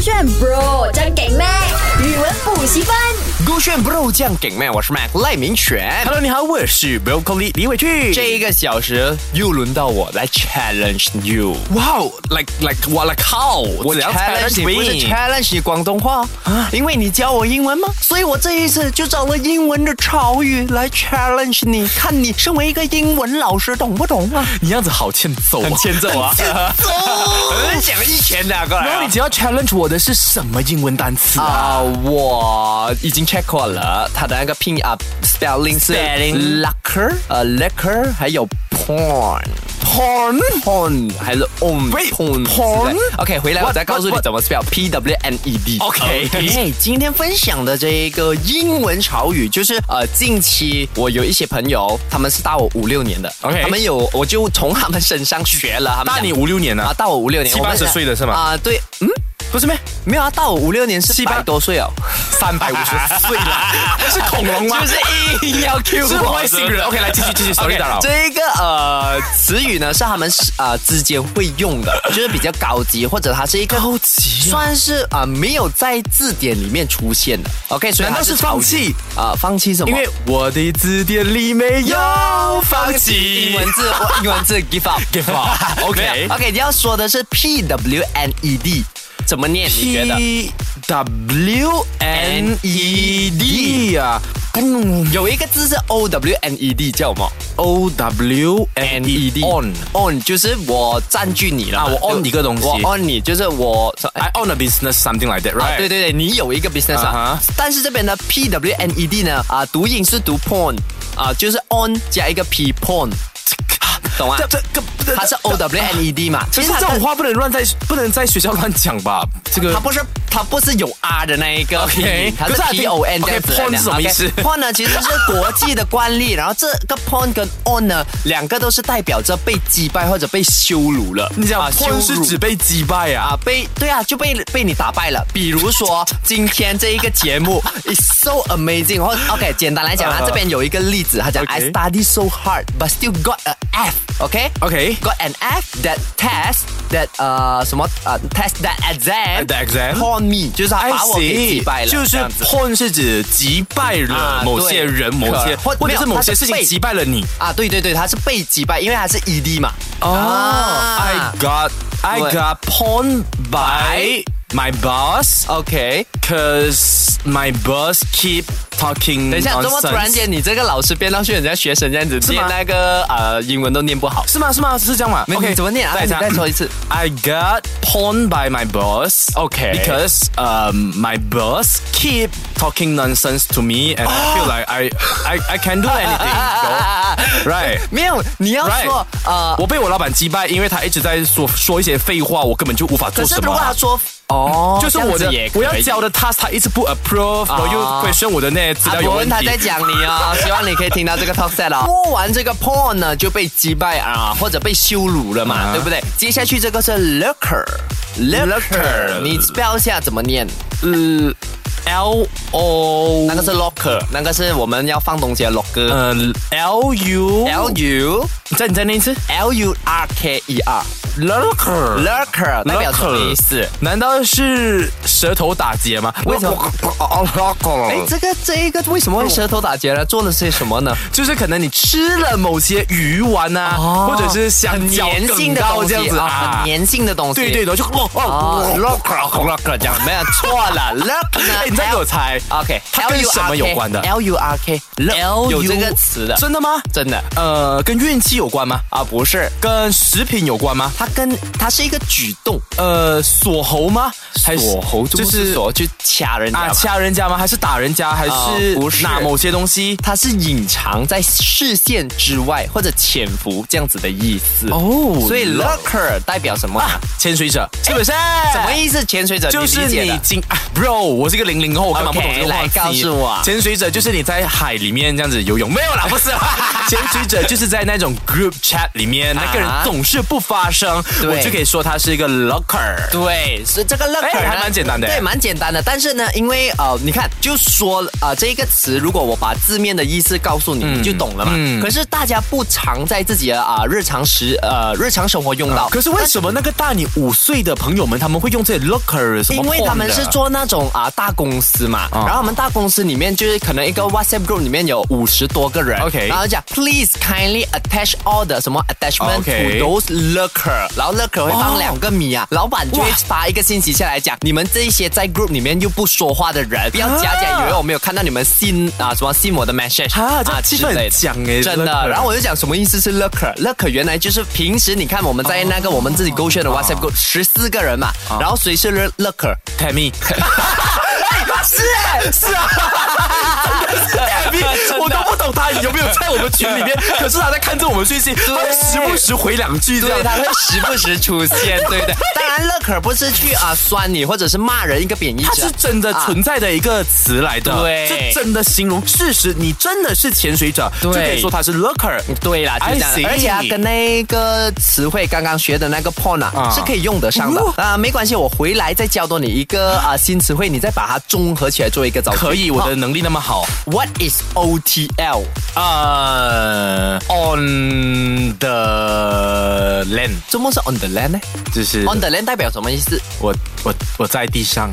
炫 Bro 真给力，语文补习班。勾选 bro 酱给妹，我是 Mac 赖明全。 Hello，你好，我是 Broccoli 李伟俊。这一个小时又轮到我来 challenge you，哇哦，like like 我 like how？我怎样 challenge 你 challenge 不是 challenge 你广东话啊，因为你教我英文吗？所以我这一次就找了英文的潮语来 challenge 你，看你身为一个英文老师懂不懂啊？你样子好欠揍啊，很欠揍啊 很欠揍。一拳打过 然后你只要 challenge 我的是什么英文单词啊？啊、我已经 check 过了，它的那个拼啊 spelling 是 Spelling liquor，呃 liquor，还有 porn。porn porn 还是 on Wait, porn porn？ OK，回来 What, 我再告诉你 what, what？怎么 spell P W N E D。 OK 哎，今天分享的这个英文潮语，就是呃，近期我有一些朋友，他们是大我五六年的 OK 他们有我就从他们身上学了，他们大讲你五六年啊，啊，大我五六年，七我们八十岁的是吗啊，对，嗯。不是咩？没有啊，到我五六年是七百八多岁哦，三百五 十岁了，是恐龙吗？就是硬要 Q 是我外 星人。OK，来继续继续，sorry 打扰。这个呃词语呢是他们呃之间会用 的，就是比较高级，或者它是一个高级啊算是啊、呃没有在字典里面出现的。OK，所以难道它是放弃啊、呃放弃什么？因为我的字典里没有放弃英文字，我英文字 give up。 give up。没 OK 有啊 OK，你要说的是 P W N E D，怎么念？你觉得？ P W N E D 啊嗯有一个字是 O W N E D 叫什么？ ，O W N E D on on 就是我占据你了嘛啊我 on 你个东西我 on 你就是我。 I own a business something like that, 啊 right?，对对对，你有一个 business 啊啊哈但是这边的 P W N E D 呢，啊，读音是读 porn，啊，就是 on 加一个 P porn，懂吗这。？这这这它是 O W N E D 嘛，可其是实它这种话不能乱在不能在学校乱讲吧？这个它不是它不是有 R 的那一个 OK，拼音它是可是它 P O N 这 OK，样子 porn 的是什么意思 OK，？porn 呢其实是国际的惯例，然后这个 porn 跟 on 呢两个都是代表着被击败或者被羞辱了。你讲啊羞辱 porn 是指被击败啊啊，被对啊，就被被你打败了。比如说今天这一个节 目 is so amazing，或 OK，简单来讲啊，呃这边有一个例子，他讲 I OK study so hard but still got a F。 OK OK，got an F that test that 呃什么呃 test that exam That exam p o n me，就是他 I 把我给 see，击败了，就是这 p 样子 o n 是指击败啊了某些对人、某些可或者没是有某它些是事情被击败了你。啊，对对对，他是被击败，因为他是 ED 嘛。哦啊，I got I 对 got pawned by my boss OK， cause my boss keep talking 等一下， nonsense。怎么突然间你这个老师变到去人家学生这样子，是念吗那个呃英文都念不好。是吗？是吗？是这样吗没你怎么念啊再一下你再说一次。 I got pawned by my boss. Okay. Because um my boss keep talking nonsense to me, and I feel like I I I can do 啊 anything. so- right. 没有， 你要说嗯 Right，呃，我被我老板击败，因为他一直在说说一些废话，我根本就无法可做是什如果他么。啊说哦，就是这我的样子也可以我要交的 task，他一直不 approve，啊我又 question 我的那些资啊料，有伯文问他在题。讲你 啊，希望你可以听到这个 talk set 啊。播完这个 porn 呢，就被击败啊，或者被羞辱了嘛，啊对不对？接下去这个是 looker。 Looker 你 spell 一下怎么念？呃，L O 那个是 locker，那个是我们要放东西的 locker。呃 L U L U 你再你再念一次 L U R K E R ，lurker。 lurker 代表什么意思？难道是舌头打结吗？为什么 哎，这个这一个为什哎么会舌头打结呢？做了些什么呢？就是可能你吃了某些鱼丸啊，哦或者是香蕉、粘性梗的糕东这样西子啊，啊很。粘性的东西。对对的，就哦啊哦，locker locker 这样没有错 了，lock 呢哎，？你再给我猜 OK，它跟什么有关的 L U R K L 有这个词的，真的吗？真的呃，跟运气有关吗？啊，不是，跟食品有关吗？它跟它是一个举动，呃，锁喉吗？还是就就是是锁去掐人家啊，嘛，掐人家吗？还是打人家？还啊是不是拿某些东西？它是隐藏在视线之外或者潜伏这样子的意思。哦所以 lock- locker 代表什么啊？潜水者是不是？什么意思？潜水者就是理解你的今、啊、，bro，我是个零零后，我根本不懂 OK，这个话来题告诉我 潜水者就是你在海里面这样子游泳，没有啦，不是啦。潜水者就是在那种 group chat 里面，那个人啊总是不发声，对我就可以说他是一个 locker。对，是这个 l o 哎还蛮简单的对，蛮简单的。但是呢，因为呃，你看，就说呃这个词，如果我把字面的意思告诉嗯你，你就懂了嘛。可是大家不常在自己的啊、日常时呃日常生活用到，啊可是为什么那个大你五岁的朋友们他们会用这些 locker 什么？啊因为他们是。做那种啊大公司嘛，然后我们大公司里面就是可能一个 WhatsApp group 里面有五十多个人 OK 然后讲 Please kindly attach all the 什么 attachment、 OK to those lurker，然后 lurker 会放哦两个米啊，老板就会发一个信息下来讲，你们这些在 group 里面又不说话的人，不要假假以为我没有看到你们信啊什么信我的 message 啊这气氛啊之类很欸的僵诶真的 lurker。然后我就讲什么意思是 lurker，lurker 原来就是平时你看我们在那个我们自己勾选的啊 WhatsApp group 十四个人嘛，然后谁是 lurker？ Tammy，是哎，是啊， Tammy，我都不懂他有没有在我们群里面，可是他在看着我们讯息，他会时不时回两句这对，样。他会时不时出现， 对不对？当然，乐可不是去啊酸你或者是骂人一个贬义它词是，真的存在的一个词来的，啊对是真的形容事实。你真的是潜水者，就对可以说他是 lurker。对啦，就这样 I see 而且啊，跟那个词汇刚刚学的那个 porn 啊，啊是可以用得上的哦啊，没关系，我回来再教多你一个啊新词汇，你再把它综合起来做一个造句。可以，我好的能力那么好。 What is OTL？呃、o n the land，什么是 on the land 呢就是？on the land 代表什么意思？我我我在地上。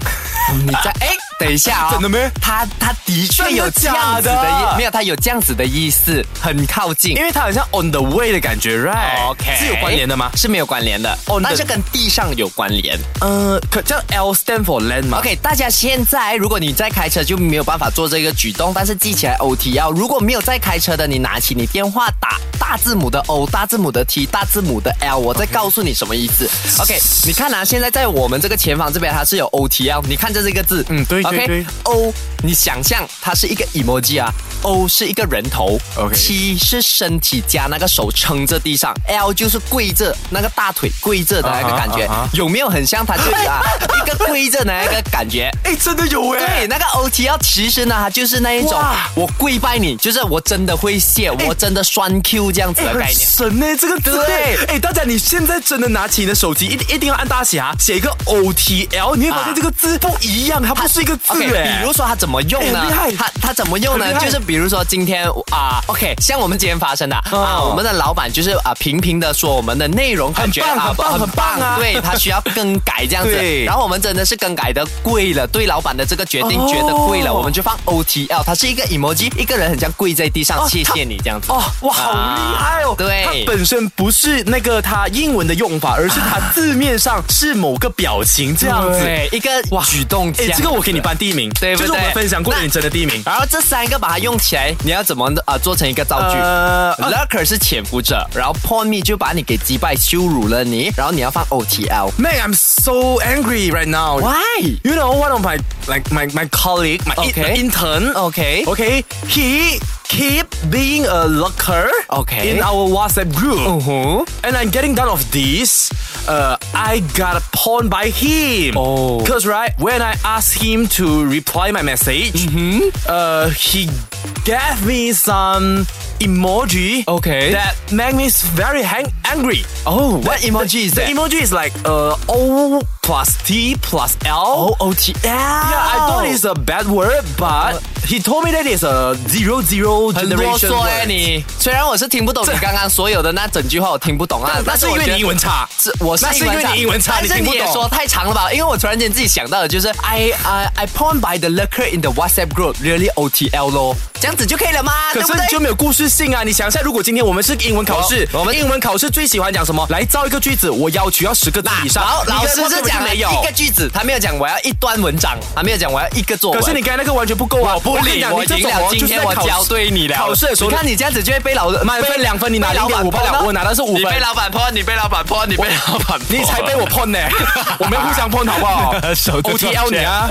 你在哎，等一下啊、真的咩他他的确真的有这样子的假的意，没有他有这样子的意思，很靠近因。为它好像 on the way 的感觉，right？ OK，是有关联的吗？是没有关联的，哦但那是跟地上有关联。呃，可叫 L stand for land 嘛 OK，大家现在如果你在开车就没有办法做这个举动，但是记起来 O T L。如果没有在开车的，你拿起你电话打大字母的 O、大字母的 T、大字母的 L，我再告诉你什么意思。OK，你看啊，现在在我们这个前方这边它是有 O T L，你看这是一个字，嗯对对 OK，对 O，你想象它是一个 emoji 啊，O 是一个人头 OK T 是身体加那个手撑着地上，L 就是跪着那个大腿跪着的那个感觉啊哈啊哈有没有很像它就是 啊一个跪着的那个感觉？哎，真的有哎对，。那个 OTL 其实呢，它就是那一种哇哎我跪拜你，就是我真的会谢，我真的栓 Q 这样子的概很念。神呢、欸这个字对哎、大家你现在真的拿起你的手机，一定一定要按大写啊，写一个 O T L，你会发啊现这个字不一样，它不是一个字 OK，哎、比如说它怎么用呢哎厉害？它它怎么用呢很？厉害就是比如说今天啊，OK，像我们今天发生的啊，哦我们的老板就是啊，频频的说我们的内容感觉很棒啊很棒很棒啊对他需要更改这样子。对然后我们真的是更改的贵了，对老板的这个决定哦觉得贵了，我们就放 OTL，它是一个 emoji，一个人很像跪在地上谢谢你这样子。哦，哇，好厉害啊哦！对它本身不是那个它英文的用法，而是它字面上是某个表情这这样样子。子哎，一个举动这样子，这个我给你颁第一名，对不对就是我们分享过的，那你真的第一名。然后这三个把它用起来，你要怎么啊、呃做成一个造句？呃 Lurker 是潜伏者，然后 Porn Me 就把你给击败、羞辱了你，然后你要放 OTL。 Man, I'm so angry right now. Why？ You know, one of my like my my colleague, my, in- Okay. Oh my intern. Okay. Okay. He keep being a lurker. Okay. In our WhatsApp group. Uh-huh. And I'm getting down of this. Uh, I got pawned by him. Oh. Cause right when I asked him to reply my message, Mm-hmm. uh, he gave me some emoji. Okay. That made me very hang- angry. Oh, what emoji is The that? emoji is like uh O plus T plus L. Oh, OTL. Yeah, I thought it's a bad word, but he told me that it's a zero zero 很啰 generation 嗦哎 word. 你。虽然我是听不懂你刚刚所有的那整句话，我听不懂啊，那是因我为觉得你英文差，是我是那是因为你英文差，但你是听你不也说懂。太长了吧？因为我突然间自己想到的就是 I I I pawn by the lurker in the WhatsApp group really OTL 咯，这样子就可以了吗？可是对不对就没有故事性啊！你想一下，如果今天我们是英文考试，我我们英文考试最喜欢讲什么？来造一个句子，我要求要十个字以上。然后老师你是根本就讲了没一有。个句子，他没有讲我要一段文章，他没有讲我要一个作文。可是你刚才那个完全不够啊！我不跟你理，讲我你这赢种了哦。今就是天在我考试教对你了。考试的时候，你看你这样子就会被老满分被两分你拿被零点五老板分 p 我拿的是五你被分老板泼，你被老板泼，你被老板 p 你才被我碰呢、我们互相碰好不好手都？O T L 你啊！